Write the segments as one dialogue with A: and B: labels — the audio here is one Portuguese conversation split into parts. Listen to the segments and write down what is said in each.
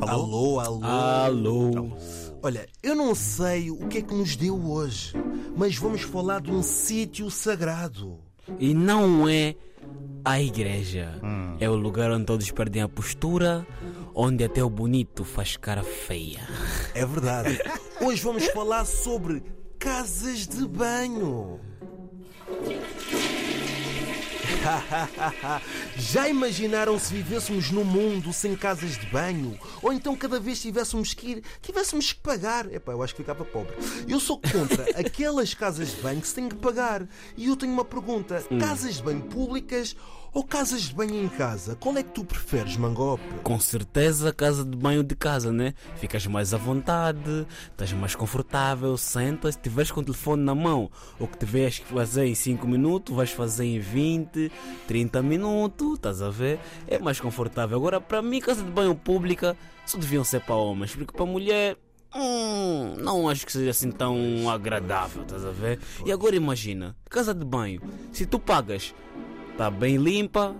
A: Alô? Alô, alô.
B: Ah. Alô.
A: Então, olha, eu não sei o que é que nos deu hoje, mas vamos falar de um sítio sagrado.
B: E não é a igreja. É o lugar onde todos perdem a postura, onde até o bonito faz cara feia.
A: É verdade. Hoje vamos falar sobre casas de banho. Já imaginaram se vivêssemos num mundo sem casas de banho? Ou então cada vez tivéssemos que ir, tivéssemos que pagar? Epá, eu acho que ficava pobre. Eu sou contra aquelas casas de banho que se tem que pagar. E eu tenho uma pergunta: casas de banho públicas ou casas de banho em casa? Qual é que tu preferes, Mangope?
B: Com certeza, casa de banho de casa, né? Ficas mais à vontade, estás mais confortável, sentas, se tiveres com o telefone na mão, o que tiveres que fazer em 5 minutos, vais fazer em 20, 30 minutos, estás a ver? É mais confortável. Agora, para mim, casa de banho pública só deviam ser para homens, porque para mulher. Hum, não acho que seja assim tão agradável, estás a ver? E agora imagina, casa de banho, se tu pagas, tá bem limpa,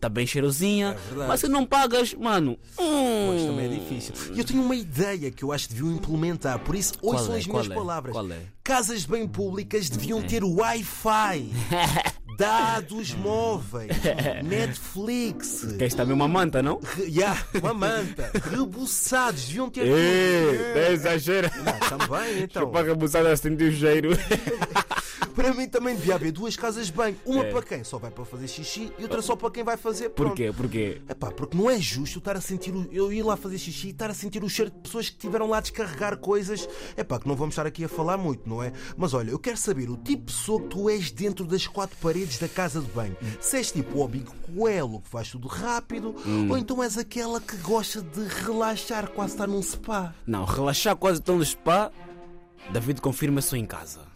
B: tá bem cheirosinha,
A: É verdade.
B: mas se não pagas, mano, hum,
A: Mas também é difícil. E eu tenho uma ideia que eu acho que deviam implementar, por isso, hoje são
B: é?
A: as
B: Hum. Qual
A: minhas
B: é?
A: palavras.
B: Qual é?
A: Casas de bem públicas deviam ter Wi-Fi,
B: Hum.
A: dados móveis, Netflix,
B: Queres também uma manta, não?
A: re- yeah, uma manta, rebuçados, deviam ter. tudo.
B: Ei, exagero.
A: Ah, também, É. então.
B: abusada sentir o cheiro.
A: Para mim também devia haver duas casas de banho. Uma
B: É.
A: para quem só vai para fazer xixi e outra só para quem vai fazer. Pronto.
B: Por quê? Por quê?
A: Epá, porque não é justo eu estar a sentir o- eu ir lá fazer xixi e estar a sentir o cheiro de pessoas que tiveram lá a descarregar coisas. Epá, que não vamos estar aqui a falar muito, não é? Mas olha, eu quero saber o tipo de pessoa que tu és dentro das quatro paredes da casa de banho. Se és tipo o amigo coelho que faz tudo rápido,
B: Hum.
A: ou então és aquela que gosta de relaxar, quase estar num spa.
B: Não, relaxar quase tão no spa, David confirma só em casa.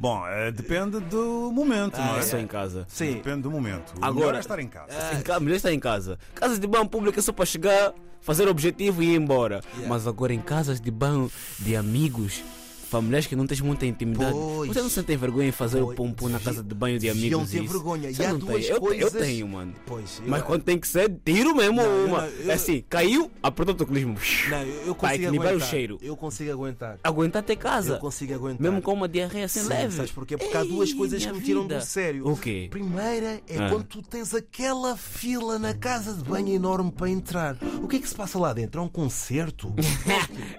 C: Bom, eh, depende do momento, não
B: É
C: é?
B: só em casa.
A: Ah, Sim.
C: Depende do momento. O
B: Agora-
C: melhor é estar em casa.
B: Em casa, melhor estar em casa. Casas de banho pública é só para chegar, fazer o objetivo e ir embora. Mas agora em casas de banho de amigos, familiares que não tens muita intimidade,
A: Pois.
B: você não sentem vergonha em fazer
A: Pois.
B: o pompom na casa de banho de
A: Deviam
B: amigos?
A: ter
B: isso?
A: vergonha.
B: Você
A: E há
B: não
A: duas
B: tem? eu,
A: coisas.
B: eu tenho, mano.
A: Pois, eu-
B: Mas quando tem que ser, tiro mesmo
A: eu
B: uma.
A: não, eu-
B: É assim, caiu, apertou o teclismo.
A: Não, eu eu
B: Para
A: consigo
B: equilibrar o
A: aguentar.
B: cheiro. Ah,
A: Eu consigo aguentar.
B: Aguentar até casa.
A: Eu consigo aguentar.
B: Mesmo com uma diarreia assim
A: Sim,
B: leve.
A: Sabes porquê? Porque há duas
B: Ei,
A: coisas que
B: minha
A: me tiram do
B: vida.
A: sério.
B: O quê?
A: Primeira é
B: Ah.
A: quando tu tens aquela fila na casa de banho enorme para entrar. O que é que se passa lá dentro? É um concerto?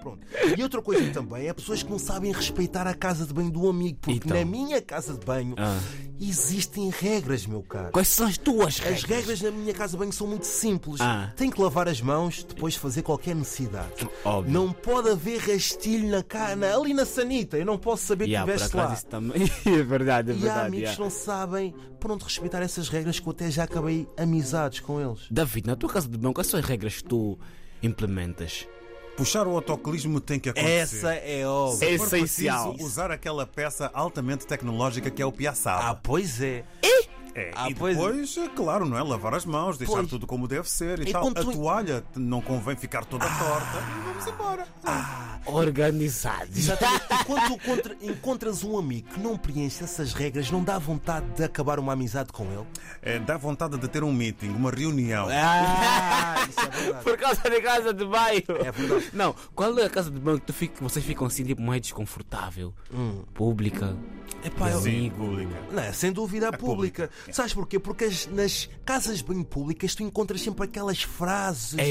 A: Pronto. E outra coisa também é pessoas que não sabem respeitar a casa de banho do amigo. Porque
B: Então.
A: na minha casa de banho
B: Ah.
A: existem regras, meu caro.
B: Quais são as
A: As
B: tuas regras?
A: regras na minha casa de banho são muito simples.
B: Ah.
A: Tem que lavar as mãos depois de fazer qualquer necessidade.
B: Óbvio.
A: Não pode haver rastilho na cana, ali na sanita. Eu não posso saber
B: Yeah,
A: que
B: por
A: estiveste
B: acaso
A: lá.
B: isso também. é verdade, é
A: E há
B: verdade.
A: amigos
B: yeah.
A: que não sabem pronto respeitar essas regras que eu até já acabei amizades com eles.
B: David, na tua casa de banho, quais são as regras que tu implementas?
C: Puxar o autocolismo tem que acontecer.
A: é
C: Se
A: óbvio.
C: for
B: essencial.
C: preciso, usar aquela peça altamente tecnológica que é o
A: Ah,
C: piaçaba.
A: pois é.
C: é.
A: ah,
C: e
A: pois-
C: depois, é claro, não é? Lavar as mãos, deixar
A: Pois.
C: tudo como deve ser e,
A: E Ah.
C: tal.
A: quando
C: A
A: tu-
C: toalha não convém ficar toda torta. E vamos embora.
B: Organizados.
A: Ah. Exatamente. Enquanto tu contra- encontras um amigo que não preenche essas regras, não dá vontade de acabar uma amizade com ele?
C: É, dá vontade de ter um meeting, uma reunião.
A: Ah, isso é verdade.
B: Por causa da casa de banho.
A: É verdade.
B: Não, qual é a casa de banho que, tu fica, que vocês ficam assim tipo mais desconfortável?
A: Hum.
B: Pública.
A: Epá, eu-
C: Sim, pública.
A: Não, é, sem dúvida a pública.
C: pública.
A: Sabes porquê? Porque as- nas casas bem públicas tu encontras sempre aquelas frases,
B: É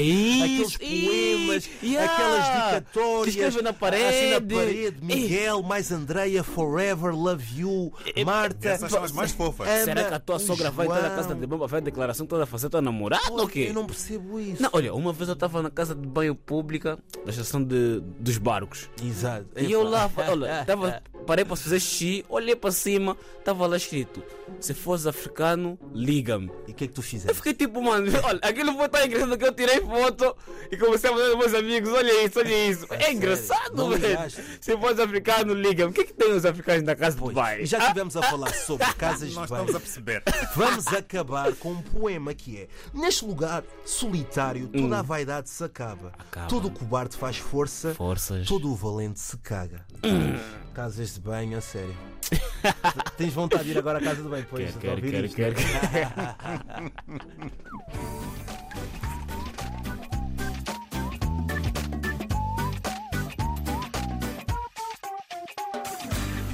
A: aqueles
B: isso, ih,
A: poemas,
B: yeah,
A: aquelas dicatórias.
B: que escrevem na
A: Assim na
B: parede.
A: parede, Miguel, mais Andreia, Forever, Love You, Marta.
C: Essas são as mais fofas.
A: Ana,
B: Será que a tua
A: o
B: sogra vai entrar na
A: João.
B: casa de banho para fazer a declaração toda a fazer a tua namorada ou quê?
A: Eu não percebo isso.
B: Não, olha, uma vez eu estava na casa de banho pública da estação de, dos barcos.
A: Exato.
B: E eu lá, olha, tava, parei para fazer xixi, olhei para cima, estava lá escrito: Se fores africano, liga-me.
A: E o que é que tu
B: Eu
A: fizeste?
B: fiquei tipo, mano, olha, aquilo foi tão engraçado que eu tirei foto e comecei a mandar aos meus amigos: olha isso, olha isso. É,
A: sério? Não
B: engraçado, velho.
A: ligaste?
B: Se fores africano, liga-me. O que é que tem os africanos na casa de banho?
A: E já estivemos a falar sobre casas de
C: Nós estamos a
A: banho.
C: perceber.
A: Vamos acabar com um poema que é Neste lugar solitário toda a vaidade se acaba,
B: Hum. Acaba.
A: Todo o cobarde faz força
B: Forças.
A: Todo o valente se caga Casas de banho, a sério Tens vontade de ir agora à casa de banho pois, de ouvir isto.
B: quero.